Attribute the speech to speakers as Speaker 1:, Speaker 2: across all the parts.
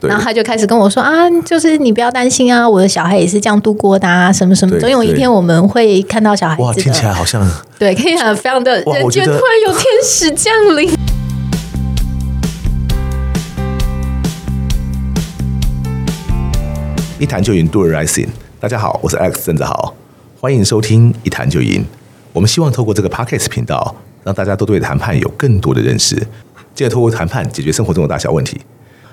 Speaker 1: 对
Speaker 2: 然后他就开始跟我说啊，就是你不要担心啊，我的小孩也是这样度过的啊，什么什么，
Speaker 1: 对
Speaker 2: 总有一
Speaker 1: 对
Speaker 2: 天我们会看到小孩
Speaker 1: 哇，
Speaker 2: 子
Speaker 1: 听起
Speaker 2: 的，
Speaker 1: 来好像
Speaker 2: 对，可以很非常的
Speaker 1: 哇
Speaker 2: 人
Speaker 1: 我觉
Speaker 2: 间突
Speaker 1: 得
Speaker 2: 然有天使降临。
Speaker 1: 一谈就赢 Do It Right Thing。大家好，我是 Alex 郑子豪，欢迎收听一谈就赢。我们希望透过这个 Podcast 频道，让大家都对谈判有更多的认识，进而透过谈判解决生活中的大小问题。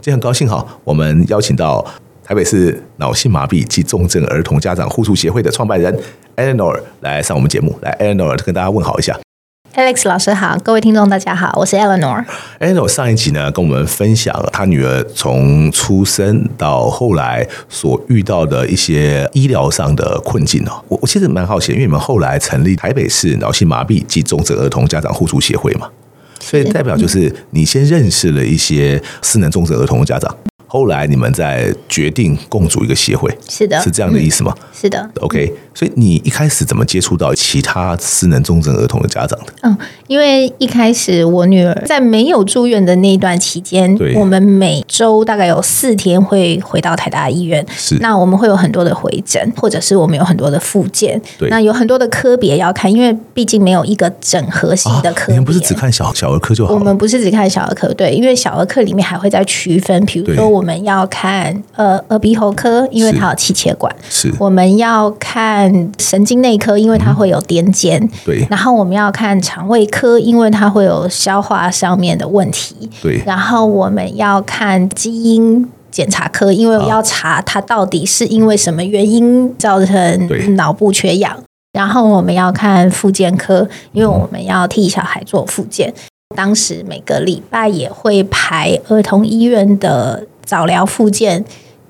Speaker 1: 今天很高兴哈，我们邀请到台北市脑性麻痹及重症儿童家长互助协会的创办人 Eleanor 来上我们节目。来，Eleanor 跟大家问好一下。
Speaker 2: Alex 老师好，各位听众大家好，我是 Eleanor。
Speaker 1: Eleanor 上一集呢，跟我们分享了她女儿从出生到后来所遇到的一些医疗上的困境哦。我我其实蛮好奇的，因为你们后来成立台北市脑性麻痹及重症儿童家长互助协会嘛，所以代表就是你先认识了一些失能重症儿童的家长，后来你们再决定共组一个协会，
Speaker 2: 是啊嗯的，
Speaker 1: 是这样的意
Speaker 2: 思、
Speaker 1: 思吗
Speaker 2: 是的，
Speaker 1: ？OK，所以你一开始怎么接触到其他失能重症儿童的家长的？
Speaker 2: 嗯，因为一开始我女儿在没有住院的那一段期间
Speaker 1: 对，
Speaker 2: 我们每周大概有四天会回到台大医院。
Speaker 1: 是
Speaker 2: 那我们会有很多的回诊，或者是我们有很多的复健
Speaker 1: 对，
Speaker 2: 那有很多的科别要看，因为毕竟没有一个整合性的科别。
Speaker 1: 啊你们不是只看小小儿科就好
Speaker 2: 我
Speaker 1: 了吗？
Speaker 2: 们不是只看小儿科，对，因为小儿科里面还会再区分，比如
Speaker 1: 对
Speaker 2: 说我们要看呃耳鼻喉科，因为
Speaker 1: 是
Speaker 2: 它有气切管；
Speaker 1: 是
Speaker 2: 我们要看神经内科，因为
Speaker 1: 嗯
Speaker 2: 它会有癫痫；
Speaker 1: 对
Speaker 2: 然后我们要看肠胃科，因为它会有消化上面的问题；
Speaker 1: 对。
Speaker 2: 然后我们要看基因。检查科，因为我要查它到底是因为什么原因造
Speaker 1: 对
Speaker 2: 成脑部缺氧，然后我们要看复健科，因为我们要替小孩做复健。当时每个礼拜也会排儿童医院的早疗复健，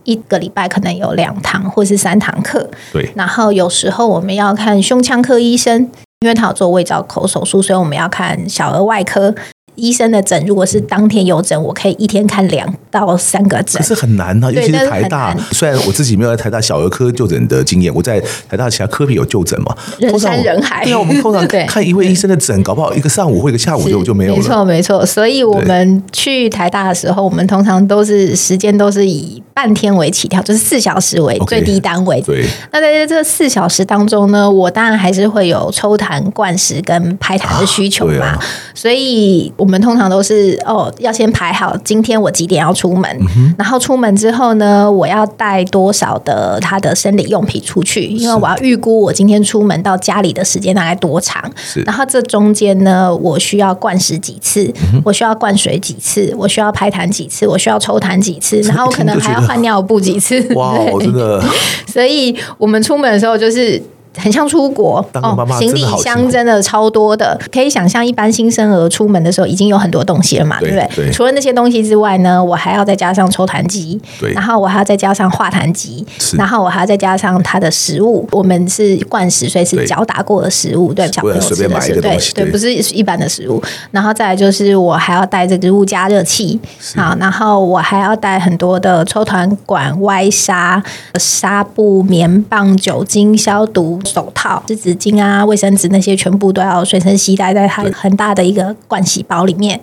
Speaker 2: 一个礼拜可能有两堂或是三堂课。
Speaker 1: 对
Speaker 2: 然后有时候我们要看胸腔科医生，因为他有做胃造口手术，所以我们要看小儿外科医生的诊。如果是当天有诊，我可以一天看两到三个诊
Speaker 1: 可。是很难啊呐、尤
Speaker 2: 对
Speaker 1: 其
Speaker 2: 但
Speaker 1: 是
Speaker 2: 是
Speaker 1: 台
Speaker 2: 很
Speaker 1: 大
Speaker 2: 难。
Speaker 1: 虽然我自己没有在台大小儿科就诊的经验，我在台大其他科别有就诊嘛。
Speaker 2: 人
Speaker 1: 通常
Speaker 2: 山
Speaker 1: 我
Speaker 2: 人海
Speaker 1: 对啊，我们通 常
Speaker 2: 对
Speaker 1: 看一位医生的诊，搞不好一个上午或一个下午
Speaker 2: 是
Speaker 1: 就就没有
Speaker 2: 没
Speaker 1: 了。
Speaker 2: 错，没错。所以我们去台大的时候，我们通常都是时间都是以半天为起跳，就是四小时为
Speaker 1: OK
Speaker 2: 最低单位。
Speaker 1: 对，
Speaker 2: 那在这四小时当中呢，我当然还是会有抽痰、灌食跟排痰的需求
Speaker 1: 对
Speaker 2: 嘛，
Speaker 1: 啊
Speaker 2: 所以我们通常都是哦，要先排好今天我几点要出
Speaker 1: 嗯
Speaker 2: 门，然后出门之后呢，我要带多少的他的生理用品出去，因为我要预估我今天出门到家里的时间大概多长，
Speaker 1: 是
Speaker 2: 然后这中间呢，我需要灌食几次，
Speaker 1: 嗯
Speaker 2: 我需要灌水几次，我需要排痰几次，我需要抽痰几 次，然后我可能还要换尿布几次，
Speaker 1: 哇，
Speaker 2: 对
Speaker 1: 我真的
Speaker 2: 所以我们出门的时候就是。很像出国哦
Speaker 1: 当个妈妈
Speaker 2: 行李
Speaker 1: 真的好辛苦
Speaker 2: 箱真的超多的，可以想象一般新生儿出门的时候已经有很多东西了嘛，
Speaker 1: 对
Speaker 2: 对不
Speaker 1: 对
Speaker 2: 对？除了那些东西之外呢，我还要再加上抽痰机，
Speaker 1: 对
Speaker 2: 然后我还要再加上化痰机
Speaker 1: 是，
Speaker 2: 然后我还要再加上它的食物。我们是灌食，所以
Speaker 1: 对
Speaker 2: 是搅打过的食物，对小朋友
Speaker 1: 随
Speaker 2: 吃
Speaker 1: 便
Speaker 2: 的
Speaker 1: 买一
Speaker 2: 食
Speaker 1: 个
Speaker 2: 物，
Speaker 1: 东
Speaker 2: 对
Speaker 1: 西对
Speaker 2: 对，不是一般的食物。然后再来就是我还要带这个植物加热器，好，然后我还要带很多的抽痰管、歪纱、纱布、棉棒、酒精消毒、手套、湿纸巾啊、卫生纸那些全部都要随身携带在它
Speaker 1: 对
Speaker 2: 很大的一个盥洗包里面。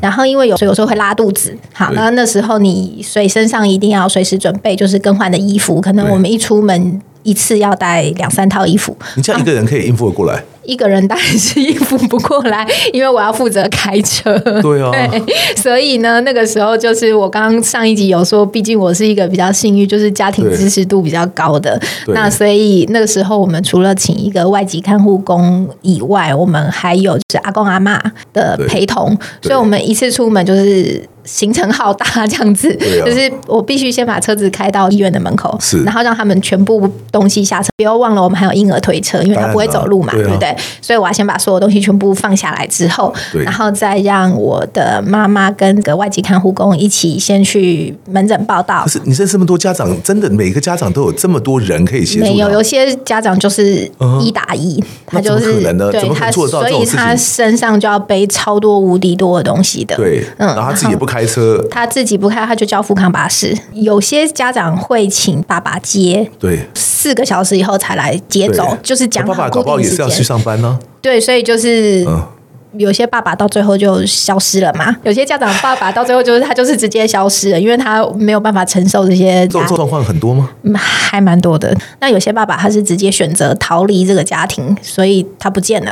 Speaker 2: 然后因为有时候有时候会拉肚子，好，
Speaker 1: 对
Speaker 2: 那那时候你随身上一定要随时准备就是更换的衣服，可能
Speaker 1: 对
Speaker 2: 我们一出门。一次要带两三套衣服，
Speaker 1: 你这样一个人可以应付得过来？
Speaker 2: 一个人当然是应付不过来，因为我要负责开车。
Speaker 1: 对啊，
Speaker 2: 所以呢，那个时候就是我刚刚上一集有说，毕竟我是一个比较幸运，就是家庭
Speaker 1: 对
Speaker 2: 支持度比较高的。
Speaker 1: 对
Speaker 2: 那所以那个时候，我们除了请一个外籍看护工以外，我们还有就是阿公阿妈的
Speaker 1: 对
Speaker 2: 陪同，
Speaker 1: 对
Speaker 2: 所以我们一次出门就是。行程浩大，这样子、
Speaker 1: 对啊
Speaker 2: 就是我必须先把车子开到医院的门口，
Speaker 1: 是
Speaker 2: 然后让他们全部东西下车。不要忘了，我们还有婴儿推车，因为
Speaker 1: 当
Speaker 2: 他
Speaker 1: 然
Speaker 2: 不会
Speaker 1: 啦
Speaker 2: 走路嘛，
Speaker 1: 对啊
Speaker 2: 不对？所以我要先把所有东西全部放下来之后
Speaker 1: 对，
Speaker 2: 然后再让我的妈妈跟个外籍看护工一起先去门诊报道
Speaker 1: 可。是你认识这么多家长，真的每个家长都有这么多人可以协助
Speaker 2: 没有，有
Speaker 1: 他。
Speaker 2: 些家长就是一打一，他就
Speaker 1: 那怎么
Speaker 2: 是
Speaker 1: 可能呢
Speaker 2: 对
Speaker 1: 怎么可能
Speaker 2: 他，
Speaker 1: 做得到
Speaker 2: 所
Speaker 1: 这种
Speaker 2: 以
Speaker 1: 事情
Speaker 2: 他身上就要背超多无敌多的东西的。嗯
Speaker 1: 对，然后他自己也不开车，
Speaker 2: 他自己不开，他就叫富康巴士。有些家长会请爸爸接，
Speaker 1: 对，
Speaker 2: 四个小时以后才来接
Speaker 1: 对
Speaker 2: 走，就是讲
Speaker 1: 爸爸
Speaker 2: 好
Speaker 1: 搞
Speaker 2: 固
Speaker 1: 不好
Speaker 2: 定
Speaker 1: 也
Speaker 2: 时
Speaker 1: 是要去
Speaker 2: 间。
Speaker 1: 上班呢。啊
Speaker 2: 对，所以就是
Speaker 1: 嗯，
Speaker 2: 有些爸爸到最后就消失了嘛，有些家长爸爸到最后就是他就是直接消失了，因为他没有办法承受这些
Speaker 1: 这种
Speaker 2: 压
Speaker 1: 这种状况很多吗？
Speaker 2: 嗯，还蛮多的。那有些爸爸他是直接选择逃离这个家庭，所以他不见了。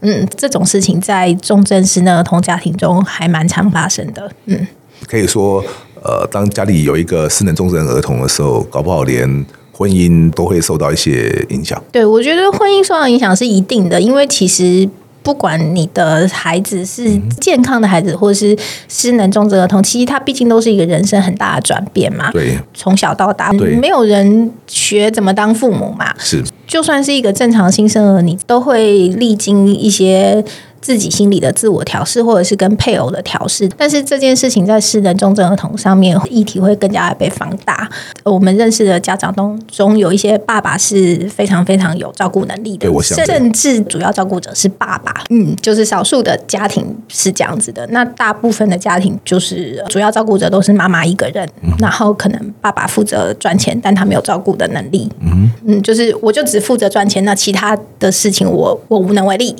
Speaker 2: 嗯，这种事情在重症失能儿童家庭中还蛮常发生的。嗯，
Speaker 1: 可以说，呃，当家里有一个失能重症儿童的时候，搞不好连婚姻都会受到一些影响。
Speaker 2: 对，我觉得婚姻受到影响是一定的，因为其实不管你的孩子是健康的孩子，或者是失能重症儿童，其实他毕竟都是一个人生很大的转变嘛。
Speaker 1: 对，
Speaker 2: 从小到大，
Speaker 1: 对
Speaker 2: 没有人学怎么当父母嘛。
Speaker 1: 是
Speaker 2: 就算是一个正常新生儿，你都会历经一些自己心里的自我调试，或者是跟配偶的调试。但是这件事情在失能重症儿童上面，议题会更加被放大。呃我们认识的家长中，中有一些爸爸是非常非常有照顾能力的
Speaker 1: 对我，想
Speaker 2: 甚甚至主要照顾者是爸爸。嗯，就是少数的家庭是这样子的，那大部分的家庭就是呃主要照顾者都是妈妈一个人，然后可能爸爸负责赚钱，但他没有照顾的能力。嗯，就是我就只负责赚钱，那其他的事情我我无能为力。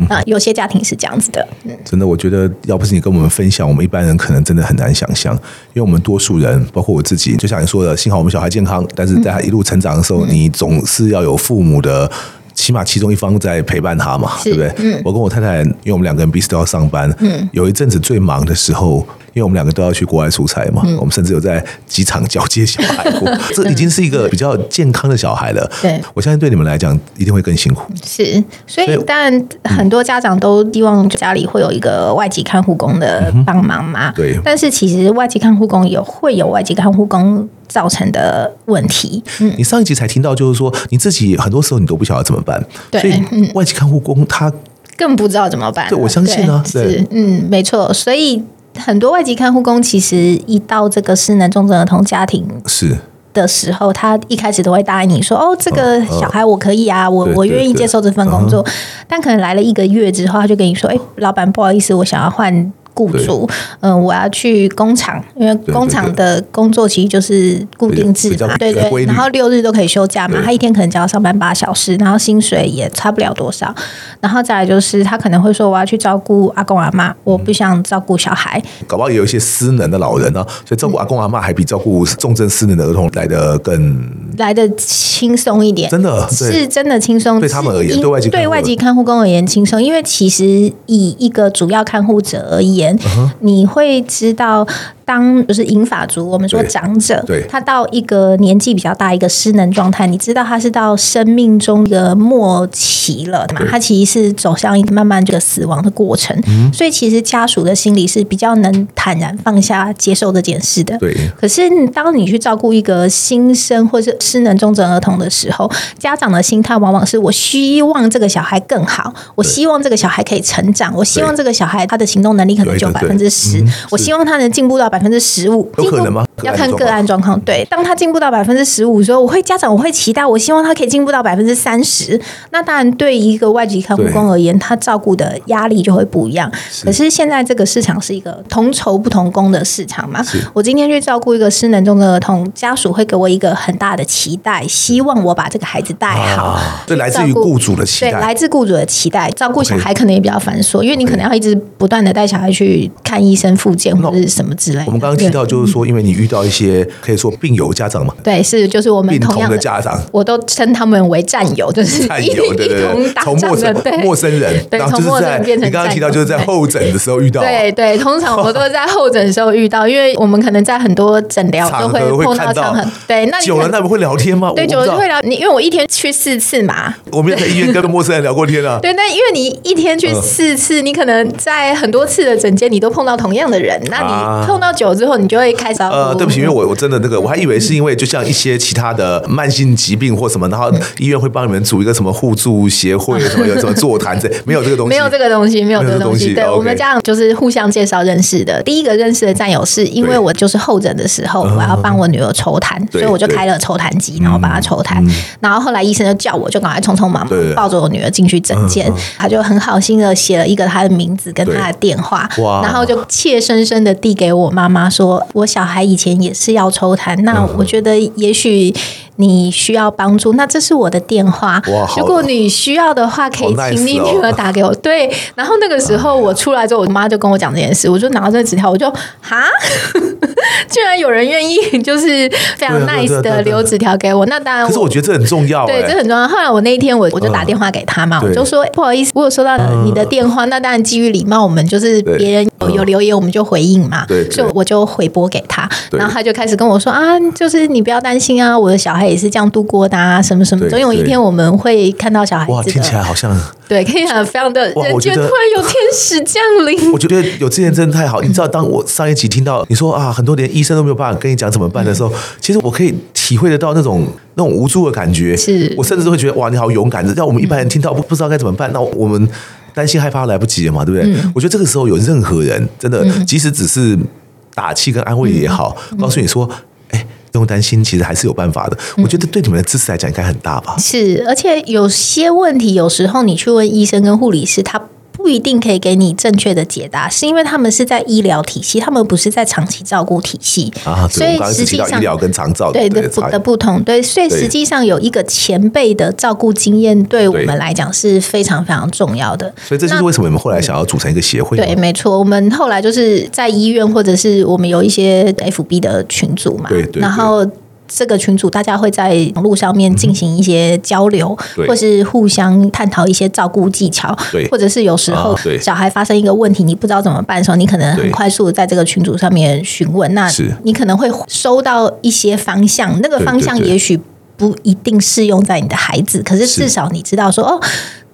Speaker 1: 嗯
Speaker 2: 啊、有些家庭是这样子的，嗯，
Speaker 1: 真的，我觉得要不是你跟我们分享，我们一般人可能真的很难想象，因为我们多数人，包括我自己，就像你说的，幸好我们小孩健康，但是在他一路成长的时
Speaker 2: 嗯
Speaker 1: 候，你总是要有父母的。起码其中一方在陪伴他嘛，对
Speaker 2: 是嗯
Speaker 1: 不对？我跟我太太，因为我们两个人彼此都要上班，有一阵子最忙的时候，因为我们两个都要去国外出差嘛，
Speaker 2: 嗯
Speaker 1: 我们甚至有在机场交接小孩过， 这已经是一个比较健康的小孩了。
Speaker 2: 对
Speaker 1: 我相信对你们来讲一定会更辛苦。
Speaker 2: 是，所
Speaker 1: 所以
Speaker 2: 以当然很多家长都希望家里会有一个外籍看护工的帮忙嘛，
Speaker 1: 嗯对
Speaker 2: 但是其实外籍看护工有会有外籍看护工造成的问题，嗯，
Speaker 1: 你上一集才听到，就是说你自己很多时候你都不晓得怎么办，
Speaker 2: 对嗯
Speaker 1: 所以外籍看护工他
Speaker 2: 更不知道怎么办了。
Speaker 1: 对我相信啊
Speaker 2: 对
Speaker 1: 对
Speaker 2: 是嗯，没错，所以很多外籍看护工其实一到这个失能重症儿童家庭
Speaker 1: 是
Speaker 2: 的时候，他一开始都会答应你说：“哦，这个小孩我可以啊，我
Speaker 1: 嗯对
Speaker 2: 我
Speaker 1: 对
Speaker 2: 愿意
Speaker 1: 对嗯
Speaker 2: 接受这份工作。”但可能来了一个月之后，他就跟你说：“哎、老板，不好意思，我想要换雇主，嗯、我要去工厂，因为
Speaker 1: 对
Speaker 2: 工厂的工作其实就是固定制
Speaker 1: 比较
Speaker 2: 嘛，
Speaker 1: 比
Speaker 2: 对
Speaker 1: 较规
Speaker 2: 对。
Speaker 1: 律
Speaker 2: 然后六日都可以休假嘛
Speaker 1: 对，
Speaker 2: 他一天可能只要上班八小时，然后薪水也差不了多少。然后再来就是他可能会说：我要去照顾阿公阿妈，我不想照顾小孩。
Speaker 1: 搞不好也有一些失能的老人呢、所以照顾阿公阿嬷还比照顾重症失能的儿童来的更
Speaker 2: 来的轻松一点，
Speaker 1: 嗯真的对
Speaker 2: 是真的轻松。
Speaker 1: 对他们而言
Speaker 2: 是因
Speaker 1: 对外籍看护
Speaker 2: 对外籍看护工而言轻松，因为其实以一个主要看护者而言，
Speaker 1: 嗯
Speaker 2: 你会知道，当就是银发族，我们说
Speaker 1: 对
Speaker 2: 长者，
Speaker 1: 对
Speaker 2: 他到一个年纪比较大，一个失能状态，你知道他是到生命中的末期了嘛？他其实是走向一个慢慢这个死亡的过程，
Speaker 1: 嗯
Speaker 2: 所以其实家属的心里是比较能坦然放下接受这件事的。
Speaker 1: 对
Speaker 2: 可是当你去照顾一个新生或是失能重症儿童的时候，家长的心态往往是我希望这个小孩更好，我希望这个小孩可以成长，我希望这个小孩他的行动能力可能只有百
Speaker 1: 对对
Speaker 2: 分
Speaker 1: 对
Speaker 2: 之十
Speaker 1: 嗯，
Speaker 2: 我希望他能进步到百分之十五，
Speaker 1: 有可能吗
Speaker 2: 进步要看个案状况。对，当他进步到百分之十五的时候，我会家长我会期待，我希望他可以进步到百分之三十。那当然，对于一个外籍看护
Speaker 1: 对
Speaker 2: 工而言，他照顾的压力就会不一样。可是现在这个市场是一个同酬不同工的市场嘛
Speaker 1: 是，
Speaker 2: 我今天去照顾一个失能重症儿童，家属会给我一个很大的期待，希望我把这个孩子带好。
Speaker 1: 啊，这来自于
Speaker 2: 照顾
Speaker 1: 雇主的期
Speaker 2: 对，
Speaker 1: 待
Speaker 2: 来。自雇主的期待，照顾小
Speaker 1: OK
Speaker 2: 孩可能也比较繁琐，因为你可能要一直不断的带小孩去看医生、复健或者是什么之类的。
Speaker 1: 我们刚刚提到，就是
Speaker 2: 嗯
Speaker 1: 说，因为你遇到一些可以说病友家长嘛，
Speaker 2: 对，对，是就是我们
Speaker 1: 病
Speaker 2: 同
Speaker 1: 童
Speaker 2: 样
Speaker 1: 的家长，
Speaker 2: 我都称他们为战友，就是
Speaker 1: 战
Speaker 2: 一
Speaker 1: 友，对对
Speaker 2: 一同
Speaker 1: 对，
Speaker 2: 打
Speaker 1: 从陌
Speaker 2: 仗的，
Speaker 1: 生
Speaker 2: 对
Speaker 1: 陌生人，
Speaker 2: 对
Speaker 1: 然后
Speaker 2: 从
Speaker 1: 就是
Speaker 2: 陌生
Speaker 1: 在
Speaker 2: 人变成
Speaker 1: 你刚刚提到，
Speaker 2: 战友
Speaker 1: 就是在
Speaker 2: 对
Speaker 1: 候诊的时候遇到，
Speaker 2: 对对，通常我都是在候诊的时候遇到，因为我们可能在很多诊疗
Speaker 1: 场
Speaker 2: 都
Speaker 1: 合会
Speaker 2: 碰
Speaker 1: 看
Speaker 2: 到
Speaker 1: 到
Speaker 2: 场合，对，那你
Speaker 1: 久
Speaker 2: 可
Speaker 1: 了
Speaker 2: 能
Speaker 1: 那不会聊天吗？
Speaker 2: 对
Speaker 1: 我不
Speaker 2: 久了
Speaker 1: 知
Speaker 2: 就
Speaker 1: 道
Speaker 2: 会聊你，因为我一天去四次嘛，
Speaker 1: 我没有在医院跟陌生人聊过天啊。
Speaker 2: 对，那因为你一天
Speaker 1: 嗯
Speaker 2: 去四次，你可能在很多次的诊间你都碰到同样的人，那
Speaker 1: 啊
Speaker 2: 你碰到久之后，你就会开始要
Speaker 1: 呃，对不起，因为我我真的那个，我还以为是因为就像一些其他的慢性疾病或什么，然后
Speaker 2: 嗯
Speaker 1: 医院会帮你们组一个什么互助协会，什么有什么座谈这没有这个东西，
Speaker 2: 没有这个东西，没有这
Speaker 1: 没
Speaker 2: 个
Speaker 1: 有这东
Speaker 2: 东
Speaker 1: 西
Speaker 2: 西。对，
Speaker 1: OK
Speaker 2: 我们家长就是互相介绍认识的。第一个认识的战友是因
Speaker 1: 对嗯
Speaker 2: 为我就是候诊的时候，我要帮我女儿抽痰，所
Speaker 1: 对嗯
Speaker 2: 以我就开了抽痰机，然后帮她抽痰。然后后来医生就叫我，就赶快匆匆忙
Speaker 1: 对
Speaker 2: 忙
Speaker 1: 嗯
Speaker 2: 抱着我女儿进去诊间，他就很好心的写了一个她的名字跟
Speaker 1: 对
Speaker 2: 她的电话
Speaker 1: 哇，
Speaker 2: 然后就怯生生的
Speaker 1: 嗯
Speaker 2: 递给我妈妈说：“我小孩以前也是要抽痰，那我觉得也许。”你需要帮助，那这是我的电话
Speaker 1: 哇好。
Speaker 2: 如果你需要的话，可以
Speaker 1: 好 nice
Speaker 2: 请你
Speaker 1: 哦
Speaker 2: 女儿打给我。 对，然后那个时候我出来之后，我妈就跟我讲这件事，我就拿到这个纸条，我就哈， 居然有人愿意就是非常
Speaker 1: 对啊对啊对
Speaker 2: nice
Speaker 1: 啊对
Speaker 2: 的
Speaker 1: 啊对啊
Speaker 2: 留纸条给我。那当然，
Speaker 1: 可是我觉得这很重要、哎，
Speaker 2: 对，这很重要。后来我那一天我我就打电话给他嘛，
Speaker 1: 对
Speaker 2: 我就说不好意思，我有收到你的电话，那当然基于礼貌，我们就是
Speaker 1: 嗯对
Speaker 2: 别人有
Speaker 1: 嗯
Speaker 2: 有留言我们就回应嘛，
Speaker 1: 对对
Speaker 2: 所以我就回拨给他，
Speaker 1: 对
Speaker 2: 然后他就开始跟我说啊，就是你不要担心啊，我的小孩也是这样度过的啊，什么什么，
Speaker 1: 对
Speaker 2: 总有一
Speaker 1: 对
Speaker 2: 天我们会看到小孩
Speaker 1: 哇，
Speaker 2: 子
Speaker 1: 听起
Speaker 2: 的，
Speaker 1: 来好像，
Speaker 2: 对，可以很非常的
Speaker 1: 哇
Speaker 2: 人
Speaker 1: 我觉
Speaker 2: 间突
Speaker 1: 得
Speaker 2: 然有天使降临，
Speaker 1: 我觉得有之前真的太好。你知道，当我上一集听到你说啊，很多连医生都没有办法跟你讲怎么办 的时候，其实我可以体会得到那种那种无助的感觉。
Speaker 2: 是嗯
Speaker 1: 我甚至会觉得哇，你好勇敢！让我们一般人听到不不知道该怎么办，那我们担心害怕来不及了嘛，对不对？
Speaker 2: 嗯
Speaker 1: 我觉得这个时候有任何人真的，即使只是打气跟安慰也好，
Speaker 2: 嗯
Speaker 1: 告诉你说，哎。不用担心，其实还是有办法的。
Speaker 2: 嗯
Speaker 1: 我觉得对你们的支持来讲，应该很大吧？
Speaker 2: 是，而且有些问题，有时候你去问医生跟护理师，他不一定可以给你正确的解答，是因为他们是在医疗体系，他们不是在长期照顾体系
Speaker 1: 啊，对
Speaker 2: 所以
Speaker 1: 我们刚刚
Speaker 2: 实
Speaker 1: 是提
Speaker 2: 际
Speaker 1: 到医
Speaker 2: 上。
Speaker 1: 疗跟长照
Speaker 2: 对
Speaker 1: 对
Speaker 2: 的不
Speaker 1: 差异
Speaker 2: 的不同，对，所以
Speaker 1: 对
Speaker 2: 实际上有一个前辈的照顾经验，对我
Speaker 1: 对
Speaker 2: 们来讲是非常非常重要的。
Speaker 1: 所以这就是
Speaker 2: 那
Speaker 1: 为什么你们后来想要组成一个协会嘛。
Speaker 2: 对，没错，我们后来就是在医院或者是我们有一些 FB 的群组嘛，
Speaker 1: 对对对
Speaker 2: 然后。这个群组大家会在网络上面进行一些交流，
Speaker 1: 嗯对
Speaker 2: 或是互相探讨一些照顾技巧，
Speaker 1: 对
Speaker 2: 或者是有时候
Speaker 1: 啊对
Speaker 2: 小孩发生一个问题，你不知道怎么办的时候，你可能
Speaker 1: 对
Speaker 2: 很快速地在这个群组上面询问，那
Speaker 1: 是
Speaker 2: 你可能会收到一些方向，那个
Speaker 1: 对
Speaker 2: 方向
Speaker 1: 对对
Speaker 2: 也许不一定适用在你的孩子，可是
Speaker 1: 是
Speaker 2: 至少你知道说哦，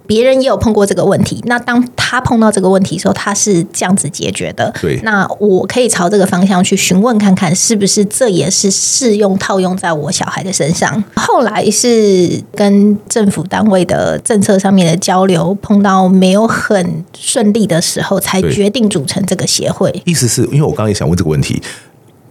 Speaker 2: 别人也有碰过这个问题，那当他碰到这个问题的时候，他是这样子解决的。
Speaker 1: 对
Speaker 2: 那我可以朝这个方向去询问看看，是不是这也是适用套用在我小孩的身上。后来是跟政府单位的政策上面的交流，碰到没有很顺利的时候，才
Speaker 1: 对
Speaker 2: 决定组成这个协会。
Speaker 1: 意思是因为我刚刚也想问这个问题，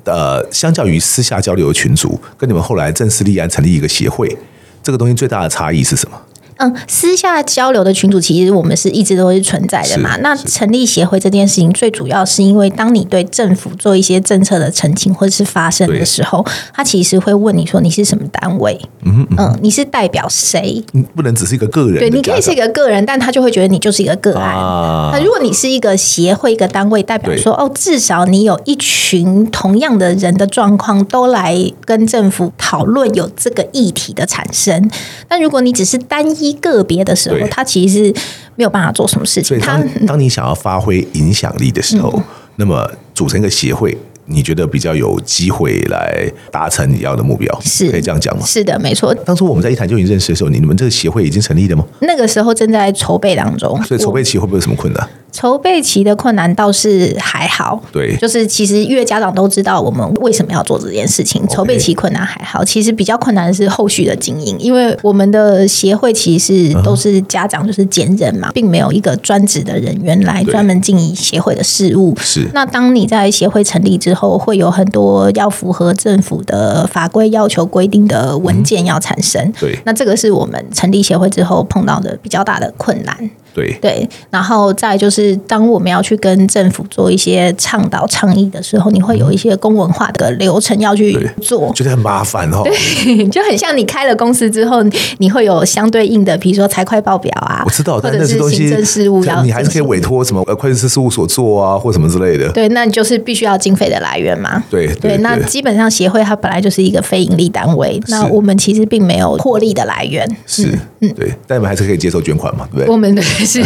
Speaker 1: 呃，相较于私下交流的群组，跟你们后来正式立案成立一个协会，这个东西最大的差异是什么？
Speaker 2: 嗯，私下交流的群组其实我们是一直都是存在的嘛。
Speaker 1: 是
Speaker 2: 那
Speaker 1: 是
Speaker 2: 成立协会这件事情，最主要是因为当你对政府做一些政策的澄清或者是发声
Speaker 1: 对
Speaker 2: 的时候，他其实会问你说你是什么单位，嗯你是代表谁？
Speaker 1: 嗯不能只是一个个人的
Speaker 2: 对，你
Speaker 1: 家
Speaker 2: 可以是一
Speaker 1: 长
Speaker 2: 个个人，但他就会觉得你就是一个个案。
Speaker 1: 啊
Speaker 2: 那如果你是一个协会、一个单位，代表
Speaker 1: 对
Speaker 2: 说哦，至少你有一群同样的人的状况都来跟政府讨论有这个议题的产生。但如果你只是单一个别的时候
Speaker 1: 对，
Speaker 2: 它其实是没有办法做什么事情。
Speaker 1: 所以
Speaker 2: 它
Speaker 1: 当当你想要发挥影响力的时候，
Speaker 2: 嗯
Speaker 1: 那么组成一个协会，你觉得比较有机会来达成你要的目标，
Speaker 2: 是
Speaker 1: 可以这样讲吗？
Speaker 2: 是的，没错。
Speaker 1: 当初我们在一谈就已经认识的时候，你你们这个协会已经成立了吗？
Speaker 2: 那个时候正在筹备当中，
Speaker 1: 所以筹
Speaker 2: 我
Speaker 1: 备期会不会有什么困难？
Speaker 2: 筹备期的困难倒是还好，
Speaker 1: 对
Speaker 2: 就是其实因为家长都知道我们为什么要做这件事情，筹备期困难还好，其实比较困难的是后续的经营，因为我们的协会其实是都是家长就是兼任嘛，并没有一个专职的人员来
Speaker 1: 对
Speaker 2: 专门经营协会的事务，
Speaker 1: 是
Speaker 2: 那当你在协会成立之后，会有很多要符合政府的法规要求规定的文件要产生。
Speaker 1: 对
Speaker 2: 那这个是我们成立协会之后碰到的比较大的困难。
Speaker 1: 对
Speaker 2: 对，然后再就是，当我们要去跟政府做一些倡导倡议的时候，你会有一些公文化的流程要去
Speaker 1: 嗯对
Speaker 2: 做，
Speaker 1: 觉得很麻烦哦。
Speaker 2: 就很像你开了公司之后，你会有相对应的，比如说财会报表啊
Speaker 1: 我，知道，
Speaker 2: 或
Speaker 1: 但
Speaker 2: 者
Speaker 1: 那些
Speaker 2: 是
Speaker 1: 东西
Speaker 2: 行政事务要
Speaker 1: 你还是可
Speaker 2: 进
Speaker 1: 以
Speaker 2: 行
Speaker 1: 委托什么呃会计师事务所做啊，或什么之类的。
Speaker 2: 对，那你就是必须要经费的来源嘛。
Speaker 1: 对对
Speaker 2: 那嗯
Speaker 1: 对
Speaker 2: 基本上协会它本来就是一个非盈利单位，那我们其实并没有获利的来源。
Speaker 1: 是，
Speaker 2: 嗯
Speaker 1: 对，但你们还是可以接受捐款嘛，对不
Speaker 2: 我
Speaker 1: 对？
Speaker 2: 们的是是，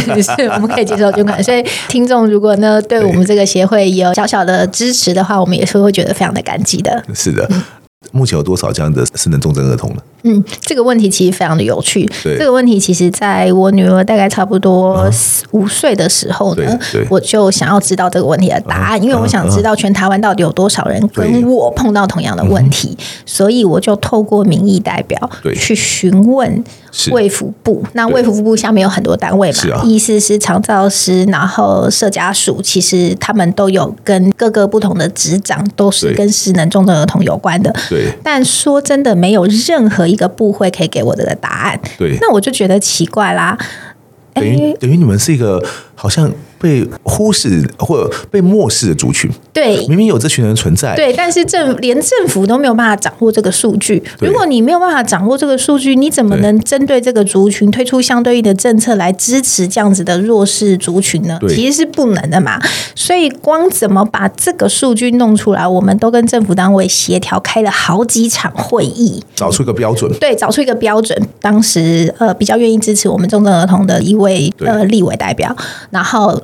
Speaker 2: 我们可以接受捐款，所以听众如果呢对我们这个协会有小小的支持的话，我们也是会觉得非常的感激的。
Speaker 1: 是的。目前有多少这样的失能重症儿童呢？
Speaker 2: 嗯，这个问题其实非常的有趣。
Speaker 1: 对啊
Speaker 2: 这个问题其实在我女儿大概差不多四五岁的时候呢
Speaker 1: 对对，啊
Speaker 2: 我就想要知道这个问题的答案，因为我想知道全台湾到底有多少人
Speaker 1: 对嗯
Speaker 2: 跟我碰到同样的问题，所以我就透过民意代表
Speaker 1: 对
Speaker 2: 去询问
Speaker 1: 是
Speaker 2: 卫福部。那
Speaker 1: 对
Speaker 2: 卫福部下面有很多单位
Speaker 1: 是啊
Speaker 2: 嘛，医师是长照师，然后社家属，其实他们都有跟各个不同的职长都是
Speaker 1: 对
Speaker 2: 跟失能重症儿童有关的。
Speaker 1: 对
Speaker 2: 但说真的，没有任何一个部会可以给我这个答案，
Speaker 1: 对，
Speaker 2: 那我就觉得奇怪啦。
Speaker 1: 等于等于你们是一个好像被忽视或被漠视的族群，
Speaker 2: 对
Speaker 1: 明明有这群人存在，
Speaker 2: 对，但是政连政府都没有办法掌握这个数据。
Speaker 1: 对
Speaker 2: 如果你没有办法掌握这个数据，你怎么
Speaker 1: 对
Speaker 2: 能针对这个族群推出相对应的政策来支持这样子的弱势族群呢？
Speaker 1: 对
Speaker 2: 其实是不能的嘛。所以光怎么把这个数据弄出来，我们都跟政府单位协调开了好几场会议。
Speaker 1: 找出一个标准，
Speaker 2: 对，找出一个标准。当时呃，比较愿意支持我们重症儿童的一位
Speaker 1: 对
Speaker 2: 呃立委代表，然后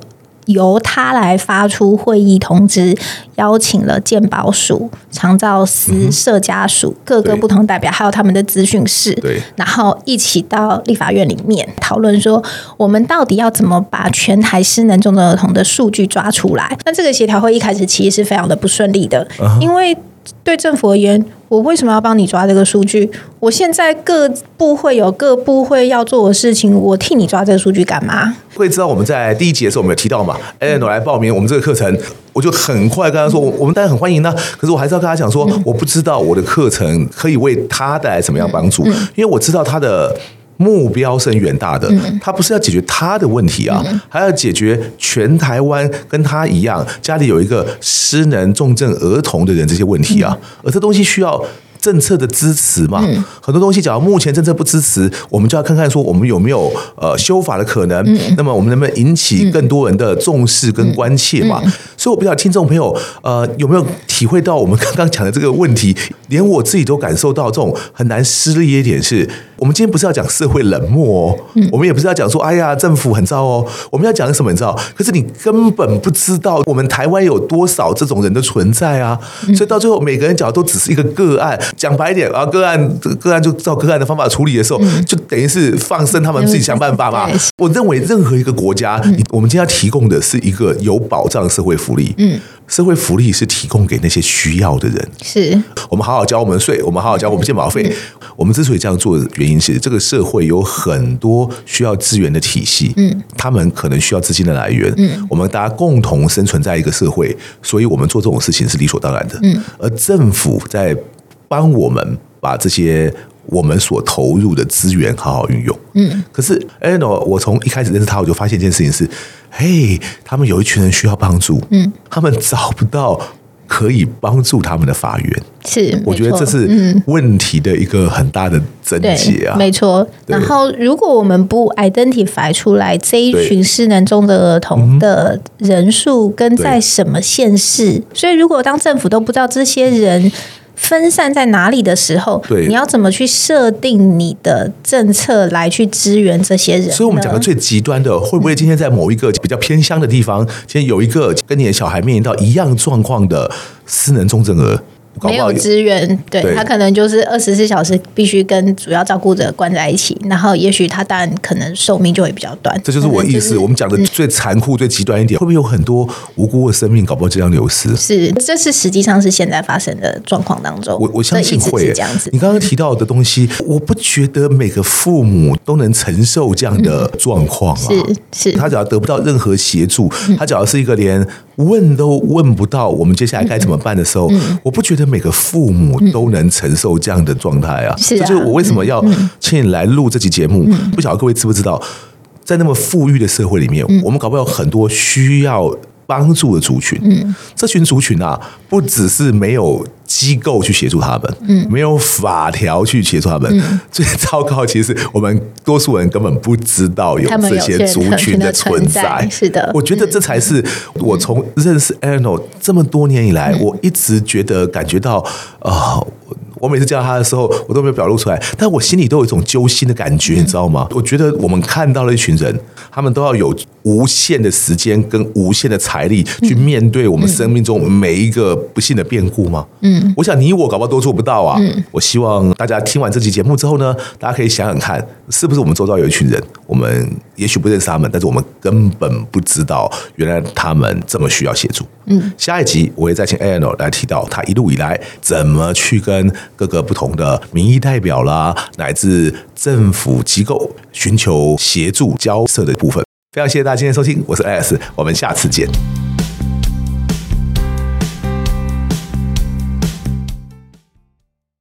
Speaker 2: 由他来发出会议通知，邀请了健保署、长照司、社家属各个
Speaker 1: 嗯对
Speaker 2: 不同代表，还有他们的资讯室。
Speaker 1: 对
Speaker 2: 然后一起到立法院里面讨论说，我们到底要怎么把全台失能重症儿童的数据抓出来？那这个协调会一开始其实是非常的不顺利的，
Speaker 1: 嗯
Speaker 2: 因为对政府而言，我为什么要帮你抓这个数据？我现在各部会有各部会要做的事情，我替你抓这个数据干嘛？
Speaker 1: 会知道我们在第一集的时候，我们有提到嘛 a l 来报名我们这个课程，我就很快跟他说，我我们当然很欢迎呢、啊可是我还是要跟他讲说，我不知道我的课程可以为他带来什么样帮助，因为我知道他的。目标是很远大的，他不是要解决他的问题啊，还要解决全台湾跟他一样家里有一个失能重症儿童的人这些问题啊，而这东西需要政策的支持嘛，很多东西，假如目前政策不支持，我们就要看看说我们有没有呃修法的可能。那么我们能不能引起更多人的重视跟关切嘛？所以我不知道听众朋友呃有没有体会到我们刚刚讲的这个问题，连我自己都感受到这种很难失利的一点是，我们今天不是要讲社会冷漠哦，我们也不是要讲说哎呀政府很糟哦，我们要讲什么你知道？可是你根本不知道我们台湾有多少这种人的存在啊，所以到最后每个人讲的都只是一个个案。讲白一点，然后个案个案就照个案的方法处理的时候，就等于是放生他们自己想办法嘛
Speaker 2: 对是。
Speaker 1: 我认为任何一个国家，你我们今天要提供的是一个有保障的社会福利。嗯，社会福利是提供给那些需要的人。
Speaker 2: 是
Speaker 1: 我们好好交我们的税，我们好好交我们健保费。我们之所以这样做的原因是，这个社会有很多需要资源的体系，嗯，他们可能需要资金的来源，嗯，我们大家共同生存在一个社会，所以我们做这种事情是理所当然的，嗯，而政府在帮我们把这些。我们所投入的资源好好运用。嗯，可是 a n 我从一开始认识他，我就发现一件事情是，嘿，他们有一群人需要帮助，嗯，他们找不到可以帮助他们的法源，
Speaker 2: 是，
Speaker 1: 我觉
Speaker 2: 没
Speaker 1: 得
Speaker 2: 错嗯
Speaker 1: 这是问题的一个很大的症结啊。
Speaker 2: 没错。
Speaker 1: 对
Speaker 2: 然后，如果我们不 identify 出来这一
Speaker 1: 对
Speaker 2: 群失能中的儿童的人数跟在
Speaker 1: 对
Speaker 2: 什么县市，所以如果当政府都不知道这些人。分散在哪里的时候，
Speaker 1: 对
Speaker 2: 你要怎么去设定你的政策来去支援这些人呢？
Speaker 1: 所以，我们讲的最极端的，会不会今天在某一个比较偏乡的地方，今天有一个跟你的小孩面临到一样状况的失能重症儿，搞
Speaker 2: 没
Speaker 1: 不好
Speaker 2: 有资源，对
Speaker 1: 对
Speaker 2: 他可能就是二十四小时必须跟主要照顾者关在一起，然后也许他当然可能寿命就会比较短。
Speaker 1: 这就是我
Speaker 2: 可能
Speaker 1: 意思。我们讲的
Speaker 2: 嗯
Speaker 1: 最残酷、最极端一点，会不会有很多无辜的生命搞不好就这样流失？
Speaker 2: 是，这是实际上是现在发生的状况当中，
Speaker 1: 我我相信
Speaker 2: 这一直
Speaker 1: 会
Speaker 2: 是这样子
Speaker 1: 你。刚刚提到的东西，我不觉得每个父母都能承受这样的状况啊。
Speaker 2: 嗯是嗯是
Speaker 1: 他只要得不到任何协助，他只要是一个连问都问不到，我们接下来该怎么办的时候，
Speaker 2: 嗯
Speaker 1: 我不觉得每个父母都能承受这样的状态啊。
Speaker 2: 是啊嗯
Speaker 1: 这就是我为什么要请你来录这期节目。不晓得各位知不知道，在那么富裕的社会里面，
Speaker 2: 嗯
Speaker 1: 我们搞不好有很多需要。帮助的族群，嗯，这群族群啊，不只是没有机构去协助他们，嗯，没有法条去协助他们。
Speaker 2: 嗯
Speaker 1: 最糟糕，其实我们多数人根本不知道有
Speaker 2: 他们
Speaker 1: 这
Speaker 2: 有
Speaker 1: 些
Speaker 2: 些
Speaker 1: 族
Speaker 2: 特
Speaker 1: 群
Speaker 2: 群
Speaker 1: 的
Speaker 2: 的存
Speaker 1: 存
Speaker 2: 在
Speaker 1: 在。
Speaker 2: 是的
Speaker 1: 我觉得这才是我从认识 a r n o 这么多年以来，
Speaker 2: 嗯
Speaker 1: 我一直觉得感觉到啊。我我每次见到他的时候，我都没有表露出来，但我心里都有一种揪心的感觉，你知道吗？我觉得我们看到了一群人，他们都要有无限的时间跟无限的财力
Speaker 2: 嗯
Speaker 1: 去面对我们生命中每一个不幸的变故吗？嗯，我想你我搞不好都做不到啊。我希望大家听完这期节目之后呢，大家可以想想看，是不是我们周遭有一群人，我们也许不认识他们，但是我们根本不知道原来他们这么需要协助。嗯，下一集我会再请 a n o 来提到他一路以来怎么去跟各个不同的民意代表啦，乃至政府机构寻求协助交涉的部分。非常谢谢大家今天的收听，我是 Alex，我们下次见。